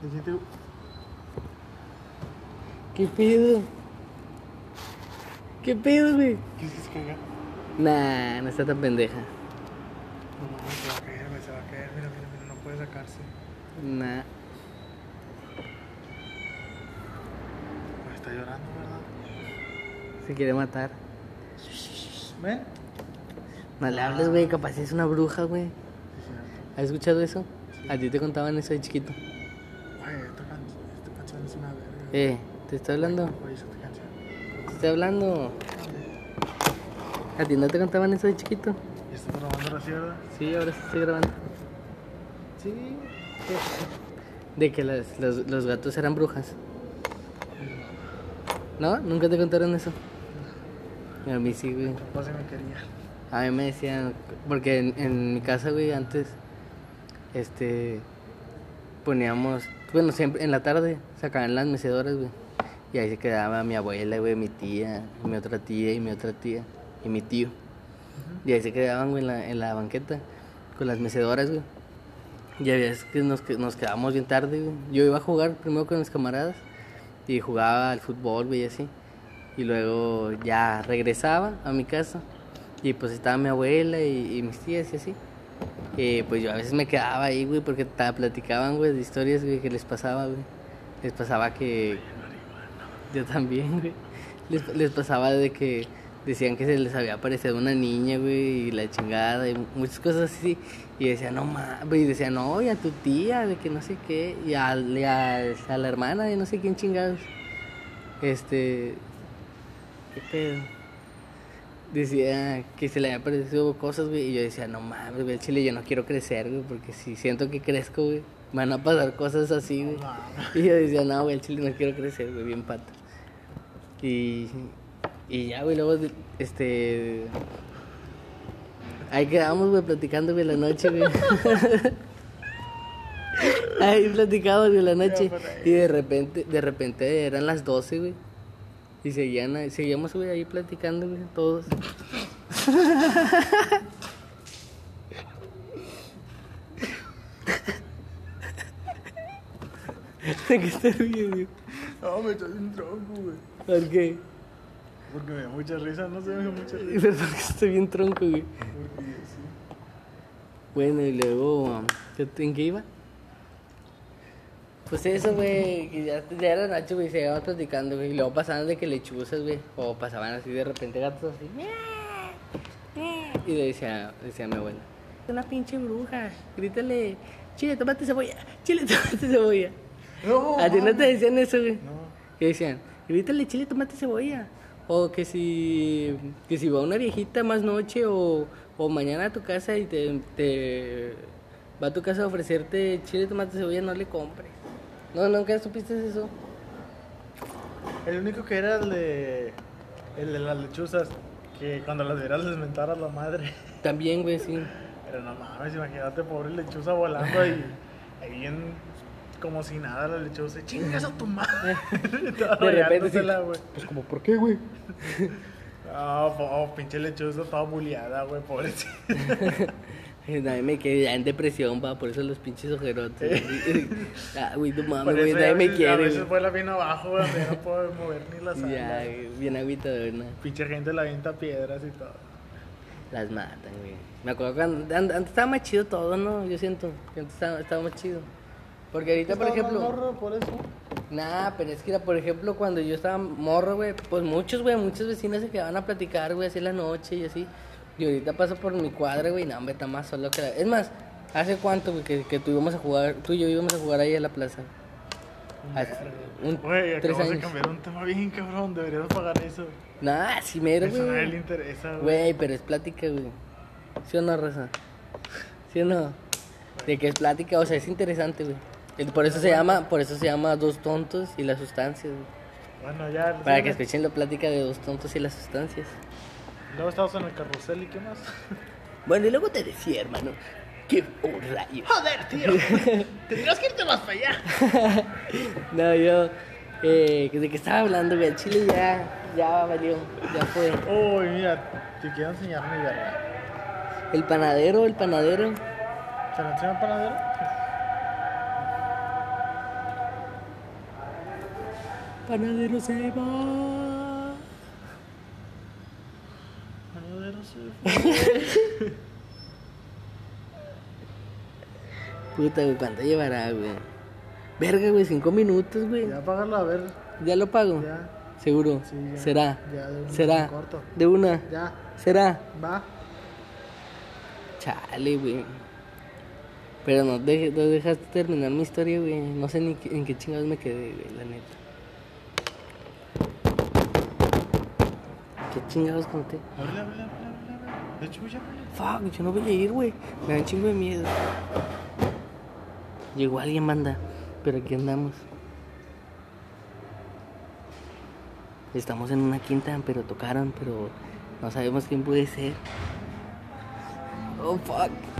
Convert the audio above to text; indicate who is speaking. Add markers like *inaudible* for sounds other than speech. Speaker 1: Así te-
Speaker 2: ¿Qué pedo? ¿Qué pedo, güey?
Speaker 1: ¿Qué es que se caiga?
Speaker 2: Nah, no está tan pendeja.
Speaker 1: No mames, se va a caer, güey, se va a caer. Mira, mira, mira, no puede sacarse.
Speaker 2: Nah.
Speaker 1: Güey, está llorando, ¿verdad?
Speaker 2: Se quiere matar.
Speaker 1: ¿Ven?
Speaker 2: No le hables, güey. Capaz es una bruja, güey.
Speaker 1: Sí, sí.
Speaker 2: ¿Has escuchado eso? A ti te contaban eso de chiquito.
Speaker 1: Güey, esta, can- esta canción es una verga.
Speaker 2: Eh, te estoy hablando.
Speaker 1: Güey, esta canción.
Speaker 2: Te estoy hablando. ¿A ti no te contaban eso de chiquito?
Speaker 1: ¿Y estás grabando así, verdad?
Speaker 2: Sí, ahora sí estoy grabando.
Speaker 1: Sí.
Speaker 2: De que las- los, los gatos eran brujas. ¿No? ¿Nunca te contaron eso? A mí sí, güey.
Speaker 1: Mi papá Pues sí me quería.
Speaker 2: A mí me decían, porque en, en mi casa, güey, antes, este, poníamos, bueno, siempre en la tarde sacaban las mecedoras, güey. Y ahí se quedaba mi abuela, güey, mi tía, y mi otra tía y mi otra tía y mi tío. Y ahí se quedaban, güey, en la, en la banqueta con las mecedoras, güey. Y había veces que nos, que- nos quedábamos bien tarde, güey. Yo iba a jugar primero con mis camaradas y jugaba al fútbol, güey, y así. Y luego ya regresaba a mi casa y pues estaba mi abuela y, y mis tías y así. Y pues yo a veces me quedaba ahí, güey, porque ta- platicaban, güey, de historias, güey, que les pasaba, güey. Les pasaba que... Yo también, güey. Les, les pasaba de que decían que se les había aparecido una niña, güey, y la chingada, y muchas cosas así. Y decían, no mames, y decían, no, y a tu tía, de que no sé qué, y a, y a- a la hermana de no sé quién chingados. Este. ¿Qué pedo? Decía que se le había aparecido cosas, güey, y yo decía, no mames, güey, el chile yo no quiero crecer, güey, porque si siento que crezco, güey, me van a pasar cosas así, güey. Y yo decía, no, güey, el chile no quiero crecer, güey, bien pato. Y, y ya, güey, luego, de- este... Ahí quedábamos, güey, platicando, güey, la noche, güey. *laughs* Ahí platicábamos, güey, la noche. Y de repente, de repente eran las 12, güey. Y seguían, ahí- seguíamos, güey, ahí platicando, güey, todos. *laughs* ¿De qué te ríes, güey?
Speaker 1: No, me estoy un tronco, güey.
Speaker 2: ¿Por qué? *laughs*
Speaker 1: Porque me da mucha risa, no sé, me da mucha risa.
Speaker 2: Pero porque estoy bien tronco, güey.
Speaker 1: Porque sí.
Speaker 2: Bueno, y luego, ¿qué- ¿en qué iba? Pues eso, güey, que ya, ya era Nacho, güey, se iban platicando, güey, y luego pasaban de que lechuzas, güey, o pasaban así de repente gatos así, y le decía, decía mi abuela, una pinche bruja, grítale, chile, tomate cebolla, chile, *laughs* tomate cebolla.
Speaker 1: No,
Speaker 2: A ti no te
Speaker 1: mames.
Speaker 2: decían eso, güey.
Speaker 1: No.
Speaker 2: Que decían, grítale chile, tomate, cebolla. O que si, que si va una viejita más noche o, o mañana a tu casa y te, te- va a tu casa a ofrecerte chile, tomate, cebolla, no le compres. No, nunca supiste eso.
Speaker 1: El único que era el de. El de las lechuzas. Que cuando las vieras les mentaras la madre.
Speaker 2: También, güey, sí. *laughs*
Speaker 1: Pero no mames, imagínate, pobre lechuza volando
Speaker 2: *laughs*
Speaker 1: y. Ahí bien. Como si nada la lechuza. ¡Chingas a tu
Speaker 2: *laughs*
Speaker 1: madre! *laughs* Estaba
Speaker 2: De repente sí.
Speaker 1: regándosela, güey.
Speaker 2: Pues como, ¿por qué,
Speaker 1: *laughs*
Speaker 2: güey?
Speaker 1: Ah, po- pinche lechuza estaba bulleada, güey, pobrecita.
Speaker 2: Nadie me quedé ya en depresión, va, por eso los pinches ojerotes.
Speaker 1: *laughs*
Speaker 2: ah, güey, no mames,
Speaker 1: Por
Speaker 2: güey,
Speaker 1: eso ya
Speaker 2: nadie
Speaker 1: a
Speaker 2: me
Speaker 1: veces- A
Speaker 2: quiere.
Speaker 1: veces
Speaker 2: güey.
Speaker 1: vuela bien abajo, güey, donde no puedo mover ni las
Speaker 2: Ya,
Speaker 1: alas.
Speaker 2: güey, bien agüita, de verdad.
Speaker 1: Pinche gente la avienta piedras y todo.
Speaker 2: Las matan, güey. Me acuerdo cuando an- antes estaba más chido todo, ¿no? Yo siento que antes estaba, estaba más chido. Porque ahorita, por ejemplo,
Speaker 1: por eso.
Speaker 2: nah, pero es que era, por ejemplo, cuando yo estaba morro, güey, pues muchos, güey, muchas vecinas se quedaban a platicar, güey, así en la noche y así. Y ahorita paso por mi cuadra, güey, y no, hombre, está más solo que la... Es más, ¿hace cuánto, güey, que, que tú íbamos a jugar, tú y yo íbamos a jugar ahí a la plaza? Hace un-
Speaker 1: Güey,
Speaker 2: tres
Speaker 1: acabamos de
Speaker 2: años.
Speaker 1: cambiar un tema bien cabrón, deberíamos pagar eso.
Speaker 2: Nah, sí mero,
Speaker 1: Eso a nadie
Speaker 2: güey.
Speaker 1: le interesa, güey.
Speaker 2: Güey, pero es plática, güey. ¿Sí o no, Rosa? ¿Sí o no? De que es plática, o sea, es interesante, güey. Y Por eso se llama, por eso se llama Dos tontos y las sustancias, güey.
Speaker 1: Bueno, ya.
Speaker 2: Para que
Speaker 1: sí,
Speaker 2: escuchen la plática de dos tontos y las sustancias.
Speaker 1: Luego estamos en el carrusel y qué más. *laughs*
Speaker 2: Bueno, y luego te decía, hermano, que oh, un rayo.
Speaker 1: Joder, tío. Tendrás que irte más para allá.
Speaker 2: *laughs* No, yo, eh, de que estaba hablando, güey, al chile ya, ya valió, ya fue.
Speaker 1: Uy, mira, te quiero enseñar mi verga.
Speaker 2: El panadero, el panadero.
Speaker 1: ¿Se lo enseño al panadero?
Speaker 2: Panadero se va.
Speaker 1: Panadero se
Speaker 2: Puta, güey, ¿cuánto llevará, güey? Verga, güey, cinco minutos, güey.
Speaker 1: fue. Ya apagarlo, a ver.
Speaker 2: ¿Ya lo pago?
Speaker 1: Ya.
Speaker 2: ¿Seguro?
Speaker 1: Sí, ya.
Speaker 2: ¿Será?
Speaker 1: Ya, de una,
Speaker 2: ¿Será?
Speaker 1: en corto.
Speaker 2: ¿De una?
Speaker 1: Ya.
Speaker 2: ¿Será?
Speaker 1: Va.
Speaker 2: Chale, güey. Pero no, de, no dejaste terminar mi historia, güey. No sé ni qué- en qué chingados me quedé, güey, la neta. ¿Qué chingados conté?
Speaker 1: Ábrele, ábrele, ábrele, ábrele, ábrele. De hecho, ya, ábrele.
Speaker 2: Fuck, yo no voy a ir, güey. Me da un chingo de miedo. Llegó alguien, manda. Pero aquí andamos. Estamos en una quinta, pero tocaron, pero no sabemos quién puede ser. Oh, fuck.